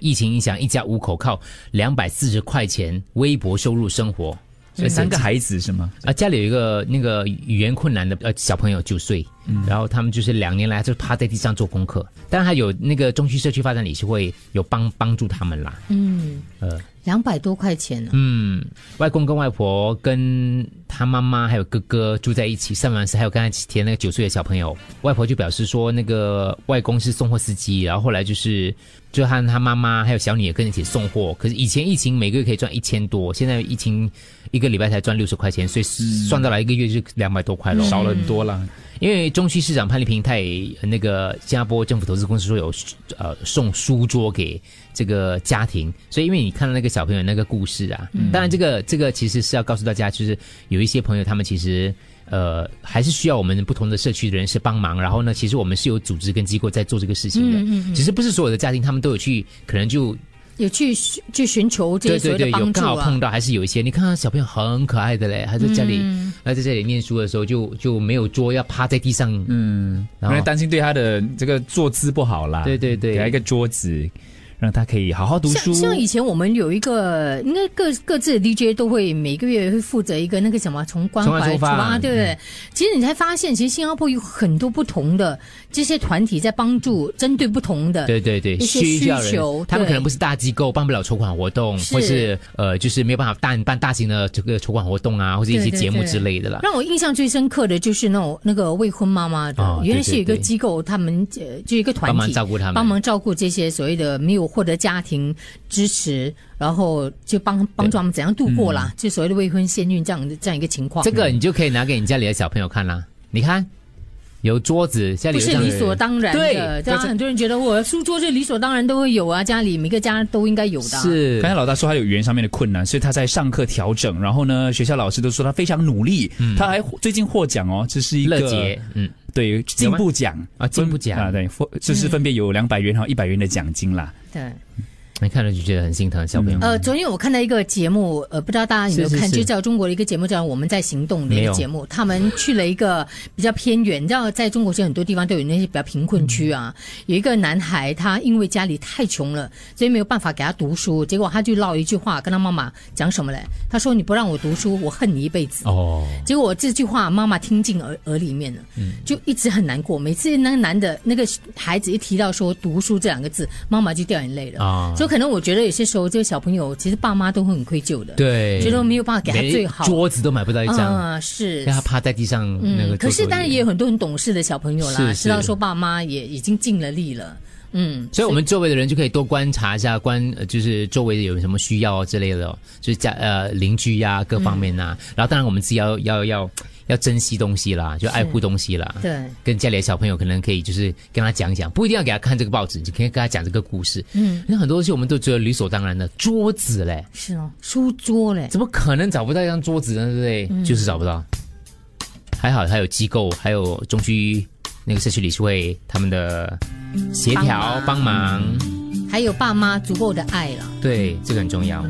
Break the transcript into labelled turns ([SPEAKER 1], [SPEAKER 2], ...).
[SPEAKER 1] 疫情影响，一家五口靠两百四十块钱微薄收入生活。
[SPEAKER 2] 所以嗯三个孩子是吗？
[SPEAKER 1] 啊，家里有一个那个语言困难的呃小朋友九岁，
[SPEAKER 2] 嗯
[SPEAKER 1] 然后他们就是两年来就趴在地上做功课，当然还有那个中区社区发展理事会有帮帮助他们啦。
[SPEAKER 3] 两百多块钱呢、
[SPEAKER 1] 嗯，外公跟外婆跟他妈妈还有哥哥住在一起，上完时还有刚才提的那个九岁的小朋友，外婆就表示说，那个外公是送货司机，然后后来就是就和他妈妈还有小女也跟着一起送货。可是以前疫情每个月可以赚一千多，现在疫情一个礼拜才赚六十块钱，所以算到来一个月就两百多块咯。
[SPEAKER 2] 少了很多啦。
[SPEAKER 1] 因为中区市长潘丽萍，她也呃那个新加坡政府投资公司说有呃送书桌给这个家庭，所以因为你看到那个小朋友那个故事啊，当然这个这个其实是要告诉大家，就是有一些朋友他们其实。呃，还是需要我们不同的社区人士帮忙。然后呢，其实我们是有组织跟机构在做这个事情的，只是不是所有的家庭他们都有去，可能就
[SPEAKER 3] 有去寻去寻求这些所谓的
[SPEAKER 1] 有
[SPEAKER 3] 帮助
[SPEAKER 1] 刚好
[SPEAKER 3] 啊
[SPEAKER 1] 碰。到，还是有一些。你看到小朋友很可爱的嘞，他在家里，他、在这里念书的时候就就没有桌，要趴在地上，嗯，
[SPEAKER 2] 因
[SPEAKER 1] 然
[SPEAKER 2] 为
[SPEAKER 1] 后
[SPEAKER 2] 担心对他的这个坐姿不好啦。
[SPEAKER 1] 对对对
[SPEAKER 2] 给他一个桌子，让他可以好好读书。
[SPEAKER 3] 像像以前我们有一个，应该各各自的 DJ 都会每个月会负责一个那个什么，从关
[SPEAKER 1] 从爱
[SPEAKER 3] 怀
[SPEAKER 1] 出
[SPEAKER 3] 出
[SPEAKER 1] 发嗯
[SPEAKER 3] 发，对不对？其实你才发现，其实新加坡有很多不同的这些团体在帮助，针对不同的。
[SPEAKER 1] 对对对，
[SPEAKER 3] 呃一些
[SPEAKER 1] 需要
[SPEAKER 3] 需
[SPEAKER 1] 人
[SPEAKER 3] 求，
[SPEAKER 1] 他们
[SPEAKER 3] 对
[SPEAKER 1] 可能不是大机构，办不了筹款活动，
[SPEAKER 3] 是
[SPEAKER 1] 或是呃，就是没有办法办办大型的这个筹款活动啊，或者一些
[SPEAKER 3] 对对
[SPEAKER 1] 节目
[SPEAKER 3] 对
[SPEAKER 1] 之类的啦。
[SPEAKER 3] 让我印象最深刻的就是那种那个未婚妈妈的，
[SPEAKER 1] 哦对
[SPEAKER 3] 原来是有一个
[SPEAKER 1] 对对
[SPEAKER 3] 机构，他们呃就一个团
[SPEAKER 1] 帮
[SPEAKER 3] 体
[SPEAKER 1] 忙照顾他们
[SPEAKER 3] 帮忙照顾这些所谓的没有获得家庭支持，然后就帮帮助他们怎样度过啦，就所谓的未婚先孕这样的这样一个情况。
[SPEAKER 1] 嗯这个你就可以拿给你家里的小朋友看啦。你看，有桌子，家里
[SPEAKER 3] 不
[SPEAKER 1] 有这
[SPEAKER 3] 是
[SPEAKER 1] 样
[SPEAKER 3] 理
[SPEAKER 1] 的
[SPEAKER 3] 所当然
[SPEAKER 1] 对
[SPEAKER 3] 的，当
[SPEAKER 1] 不
[SPEAKER 3] 然
[SPEAKER 1] 是
[SPEAKER 3] 很多人觉得我书桌是理所当然都会有啊，家里每个家都应该有的啊、
[SPEAKER 1] 是
[SPEAKER 2] 刚才老大说他有语言上面的困难，所以他在上课调整。然后呢，学校老师都说他非常努力，他还获最近获奖哦，这是一个
[SPEAKER 1] 嗯乐杰，嗯，
[SPEAKER 2] 对进步奖
[SPEAKER 1] 啊进步
[SPEAKER 2] 分
[SPEAKER 1] 奖
[SPEAKER 2] 啊，对，分就是分别有两百元和一百元的奖金啦。
[SPEAKER 3] 对。
[SPEAKER 1] 你看了就觉得很心疼小朋友。
[SPEAKER 3] 呃，昨天我看到一个节目，呃，不知道大家有没有
[SPEAKER 1] 是
[SPEAKER 3] 看，
[SPEAKER 1] 嗯是是
[SPEAKER 3] 就叫中国的一个节目叫《我们在行动》的一
[SPEAKER 1] 没
[SPEAKER 3] 个
[SPEAKER 1] 有
[SPEAKER 3] 节目，他们去了一个比较偏远，你知道，在中国其实很多地方都有那些比较贫困区啊。
[SPEAKER 1] 嗯
[SPEAKER 3] 有一个男孩，他因为家里太穷了，所以没有办法给他读书，结果他就唠一句话跟他妈妈讲什么嘞？他说：“你不让我读书，我恨你一辈子。”
[SPEAKER 1] 哦，
[SPEAKER 3] 结果这句话妈妈听进耳耳里面了，就一直很难过。每次那个男的那个孩子一提到说读书这两个字，妈妈就掉眼泪了。
[SPEAKER 1] 啊
[SPEAKER 3] 所以可能我觉得有些时候，这个小朋友其实爸妈都会很愧疚的，，
[SPEAKER 1] 对，
[SPEAKER 3] 觉得没有办法给他
[SPEAKER 1] 连
[SPEAKER 3] 最好。
[SPEAKER 1] 桌子都买不到一张，
[SPEAKER 3] 啊，是
[SPEAKER 1] 让。他趴在地上那个桌
[SPEAKER 3] 嗯，可
[SPEAKER 1] 子
[SPEAKER 3] 是
[SPEAKER 1] 里面。
[SPEAKER 3] 当然也有很多很懂事的小朋友啦，
[SPEAKER 1] 是是
[SPEAKER 3] 知道说爸妈也已经尽了力了。嗯，
[SPEAKER 1] 所以，我们周围的人就可以多观察一下，观呃就是周围有什么需要之类的哦，就是家呃邻居呀、各方面呐、然后，当然我们自己要要要要珍惜东西啦，就爱护东西啦。
[SPEAKER 3] 对
[SPEAKER 1] 跟家里的小朋友可能可以就是跟他讲一讲，不一定要给他看这个报纸，你可以跟他讲这个故事。嗯，因为很多东西我们都觉得理所当然的，桌子嘞，
[SPEAKER 3] 是哦，书桌嘞，
[SPEAKER 1] 怎么可能找不到一张桌子呢？对不对？就是找不到。还好还有机构，还有中区那个社区理事会他们的协调
[SPEAKER 3] 帮
[SPEAKER 1] 帮忙
[SPEAKER 3] 还有爸妈足够的爱了。
[SPEAKER 1] 对，这个很重要。